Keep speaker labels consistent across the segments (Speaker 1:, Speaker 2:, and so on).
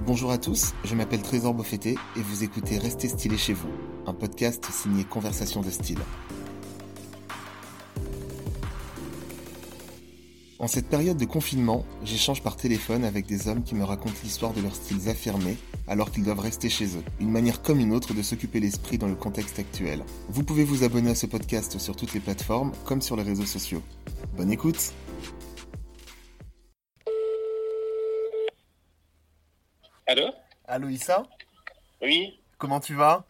Speaker 1: Bonjour à tous, je m'appelle Trésor Beaufetté et vous écoutez Restez stylé chez vous, un podcast signé Conversation de style. En cette période de confinement, j'échange par téléphone avec des hommes qui me racontent l'histoire de leurs styles affirmés alors qu'ils doivent rester chez eux. Une manière comme une autre de s'occuper l'esprit dans le contexte actuel. Vous pouvez vous abonner à ce podcast sur toutes les plateformes comme sur les réseaux sociaux. Bonne écoute
Speaker 2: Allô
Speaker 1: Allô Issa,
Speaker 2: Oui,
Speaker 1: comment tu vas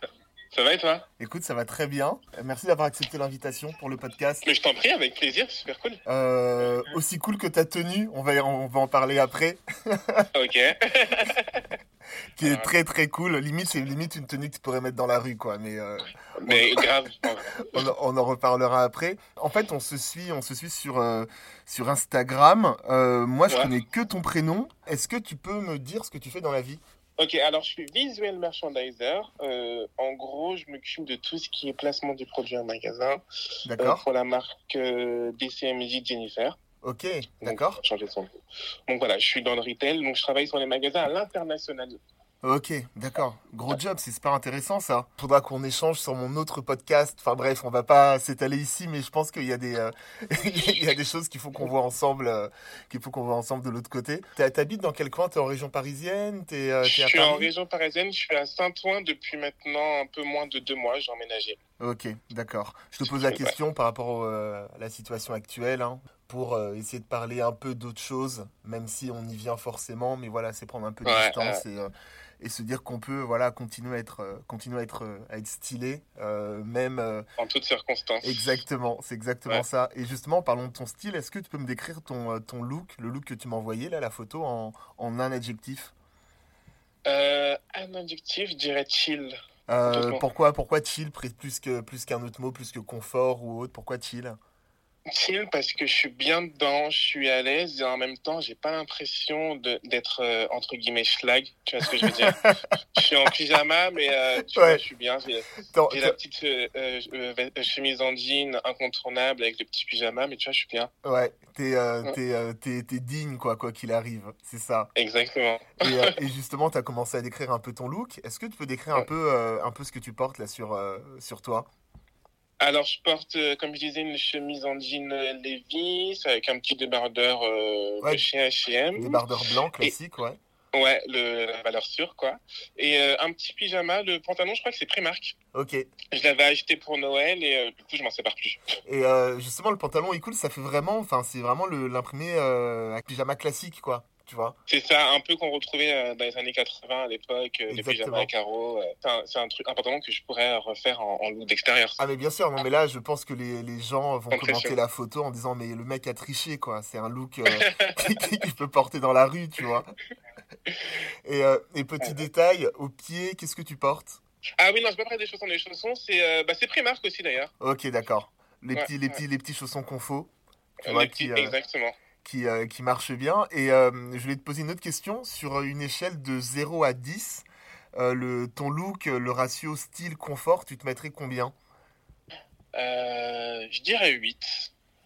Speaker 2: ça va et toi
Speaker 1: Écoute, ça va très bien. Merci d'avoir accepté l'invitation pour le podcast.
Speaker 2: Mais je t'en prie, avec plaisir, super cool.
Speaker 1: Euh, aussi cool que ta tenue, on va, y- on va en parler après,
Speaker 2: Ok.
Speaker 1: qui est
Speaker 2: Ouais.
Speaker 1: très très cool. Limite, c'est limite une tenue que tu pourrais mettre dans la rue, quoi. Mais euh,
Speaker 2: Mais grave, je pense.
Speaker 1: on, en- on en reparlera après. En fait, on se suit, on se suit sur, euh, sur Instagram. Euh, moi, je
Speaker 2: Ouais.
Speaker 1: connais que ton prénom. Est-ce que tu peux me dire ce que tu fais dans la vie
Speaker 2: Ok, alors je suis visuel merchandiser. Euh, en gros, je m'occupe de tout ce qui est placement du produit en magasin euh,
Speaker 1: D'accord
Speaker 2: pour la marque euh, DCMJ Jennifer.
Speaker 1: Ok,
Speaker 2: Donc,
Speaker 1: d'accord.
Speaker 2: on va changer son nom. Donc voilà, je suis dans le retail, donc je travaille sur les magasins à l'international.
Speaker 1: Euh, Ok, d'accord. Gros job, c'est super intéressant ça. Faudra qu'on échange sur mon autre podcast. Enfin bref, on va pas s'étaler ici, mais je pense qu'il y a des, euh, il y a des choses qu'il faut qu'on voit ensemble, euh, qu'il faut qu'on voit ensemble de l'autre côté. T'as- T'habites dans quel coin T'es en région parisienne T'es euh, t'es
Speaker 2: je
Speaker 1: à
Speaker 2: suis
Speaker 1: Paris
Speaker 2: en région parisienne, je suis à Saint-Ouen depuis maintenant un peu moins de deux mois, j'ai emménagé.
Speaker 1: Ok, d'accord. Je te pose la
Speaker 2: Ouais.
Speaker 1: question par rapport au, euh, à la situation actuelle, hein, pour euh, essayer de parler un peu d'autre chose, même si on y vient forcément, mais voilà, c'est prendre un peu de
Speaker 2: Ouais,
Speaker 1: distance et, euh, et se dire qu'on peut voilà, continuer à être, euh, continuer à être, euh, à être stylé, euh, même... euh,
Speaker 2: En toutes circonstances.
Speaker 1: exactement, c'est exactement
Speaker 2: Ouais.
Speaker 1: ça. Et justement, parlons de ton style, est-ce que tu peux me décrire ton, euh, ton look, le look que tu m'as envoyé, là, la photo, en, en un adjectif
Speaker 2: Euh, un adjectif, je dirais chill.
Speaker 1: Euh,
Speaker 2: Complètement.
Speaker 1: pourquoi, pourquoi chill, pris- plus que plus qu'un autre mot, plus que confort ou autre, pourquoi chill
Speaker 2: chill parce que je suis bien dedans, je suis à l'aise et en même temps, j'ai pas l'impression de- d'être euh, entre guillemets schlag. Tu vois ce que je veux dire Je suis en pyjama, mais euh, tu
Speaker 1: Ouais. Oh,
Speaker 2: vois, je suis bien. J'ai
Speaker 1: T'en-
Speaker 2: j'ai la petite euh, euh, euh, chemise en jean incontournable avec le petit pyjama, mais tu vois, je suis bien.
Speaker 1: Ouais, t'es euh,
Speaker 2: Ouais.
Speaker 1: t'es, euh, t'es- t'es digne, quoi, quoi qu'il arrive, c'est ça.
Speaker 2: Exactement.
Speaker 1: Et, euh, et justement, t'as commencé à décrire un peu ton look. Est-ce que tu peux décrire un,
Speaker 2: Ouais.
Speaker 1: peu, euh, un peu ce que tu portes là sur, euh, sur toi
Speaker 2: Alors, je porte, euh, comme je disais, une chemise en jean euh, Levi's avec un petit débardeur euh,
Speaker 1: Ouais.
Speaker 2: de chez H&M.
Speaker 1: Débardeur blanc classique, ouais.
Speaker 2: Ouais, le, la valeur sûre, quoi. Et euh, un petit pyjama. Le pantalon, je crois que c'est Primark.
Speaker 1: Ok. Et
Speaker 2: Je l'avais acheté pour Noël et euh, du coup, je m'en sépare plus.
Speaker 1: euh, justement, le pantalon, il coule, ça fait vraiment, enfin, c'est vraiment le- l'imprimé euh, à pyjama classique, quoi, tu vois.
Speaker 2: C'est ça, un peu qu'on retrouvait euh, dans les années 80 à l'époque, euh, les
Speaker 1: Exactement.
Speaker 2: pyjamas à carreaux. euh. C'est un- C'est un, truc important que je pourrais euh, refaire en, en look d'extérieur.
Speaker 1: Ah, mais bien sûr, non, mais là, je pense que les, les gens vont
Speaker 2: Impression.
Speaker 1: commenter la photo en disant, mais le mec a triché, quoi. C'est un look euh, qu'il peut porter dans la rue, tu vois. Et, euh, et petit détail, au pied, qu'est-ce que tu portes
Speaker 2: Ah oui, non, je vais pas parler des chaussons. Les chaussons, c'est euh, bah, c'est Primark aussi d'ailleurs.
Speaker 1: Ok, d'accord. Les
Speaker 2: Ouais,
Speaker 1: petits, les
Speaker 2: ouais.
Speaker 1: petits, les petits chaussons confo, tu
Speaker 2: Euh,
Speaker 1: vois,
Speaker 2: les petits-
Speaker 1: qui, euh,
Speaker 2: Exactement.
Speaker 1: qui, euh, qui marchent bien. Et euh, je voulais te poser une autre question sur euh, une échelle de 0 à 10. euh, le, ton look, euh, le ratio style-confort, tu te mettrais combien
Speaker 2: Euh, je dirais 8.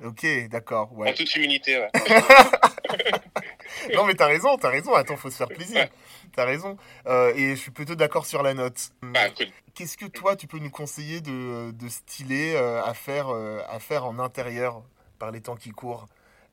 Speaker 1: Ok, d'accord,
Speaker 2: En
Speaker 1: ouais.
Speaker 2: toute humilité, ouais.
Speaker 1: Non mais t'as raison, t'as raison, attends, faut se faire plaisir. T'as raison. Euh, et je suis plutôt d'accord sur la note. Hum,
Speaker 2: Ah, cool.
Speaker 1: Qu'est-ce que toi, tu peux nous conseiller de, de styler euh, à, faire, euh, à faire en intérieur par les temps qui courent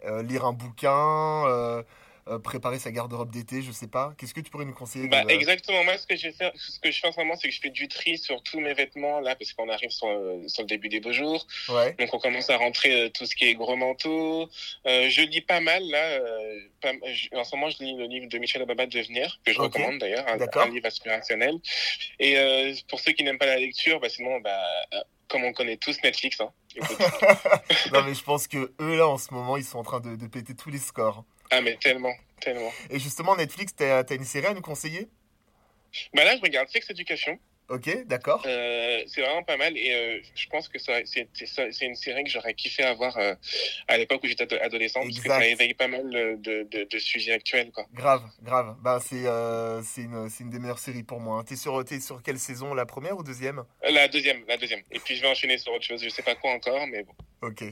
Speaker 1: Euh, Lire un bouquin, euh, euh, préparer sa garde-robe d'été, je sais pas. Qu'est-ce que tu pourrais nous conseiller de-
Speaker 2: Bah, exactement. Moi, ce que, je fais, ce que je fais en ce moment, c'est que je fais du tri sur tous mes vêtements, là, parce qu'on arrive sur, euh, sur le début des beaux jours.
Speaker 1: Ouais,
Speaker 2: Donc on commence à rentrer euh, tout ce qui est gros manteau. Euh, je lis pas mal là. euh, pas- je- en ce moment, je lis le livre de Michel Obama Devenir que je
Speaker 1: Ok.
Speaker 2: recommande d'ailleurs, un,
Speaker 1: D'accord.
Speaker 2: un livre aspirationnel. Et euh, pour ceux qui n'aiment pas la lecture, bah, sinon, bah, euh, comme on connaît tous Netflix, hein, écoute.
Speaker 1: non mais je pense que eux là en ce moment ils sont en train de, de péter tous les scores.
Speaker 2: ah mais tellement, tellement.
Speaker 1: Et justement Netflix, t'as t'as une série à nous conseiller
Speaker 2: Bah là, je regarde Sex Education.
Speaker 1: Ok, d'accord.
Speaker 2: Euh, c'est vraiment pas mal et euh, je pense que ça, c'est, c'est ça- c'est une série que j'aurais kiffé avoir euh, à l'époque où j'étais ado- adolescent parce que
Speaker 1: Exact.
Speaker 2: ça éveille pas mal euh, de, de, de sujets actuels quoi.
Speaker 1: Grave, grave. Bah c'est euh, c'est une, c'est une des meilleures séries pour moi. hein. T'es sur, t'es sur quelle saison La première ou deuxième
Speaker 2: Euh, La deuxième, la deuxième. Et puis je vais enchaîner sur autre chose, je sais pas quoi encore, mais bon.
Speaker 1: Ok.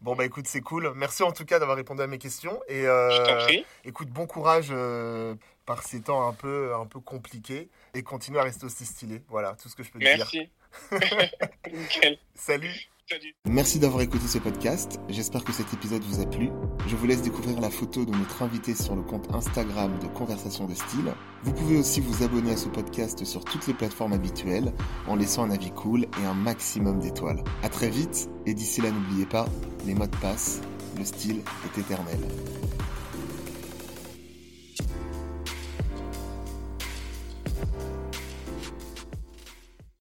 Speaker 1: Bon bah écoute, c'est cool. Merci en tout cas d'avoir répondu à mes questions. Et
Speaker 2: Je t'en
Speaker 1: euh,
Speaker 2: prie.
Speaker 1: écoute, bon courage euh, par ces temps un peu, un peu compliqués et continue à rester aussi stylé. Voilà, tout ce que je peux te dire.
Speaker 2: Merci. Nickel.
Speaker 1: Salut
Speaker 2: Salut.
Speaker 1: Merci d'avoir écouté ce podcast. J'espère que cet épisode vous a plu. Je vous laisse découvrir la photo de notre invité sur le compte Instagram de Conversation de Style. Vous pouvez aussi vous abonner à ce podcast sur toutes les plateformes habituelles en laissant un avis cool et un maximum d'étoiles. À très vite et d'ici là n'oubliez pas, les mots de passe, le style est éternel.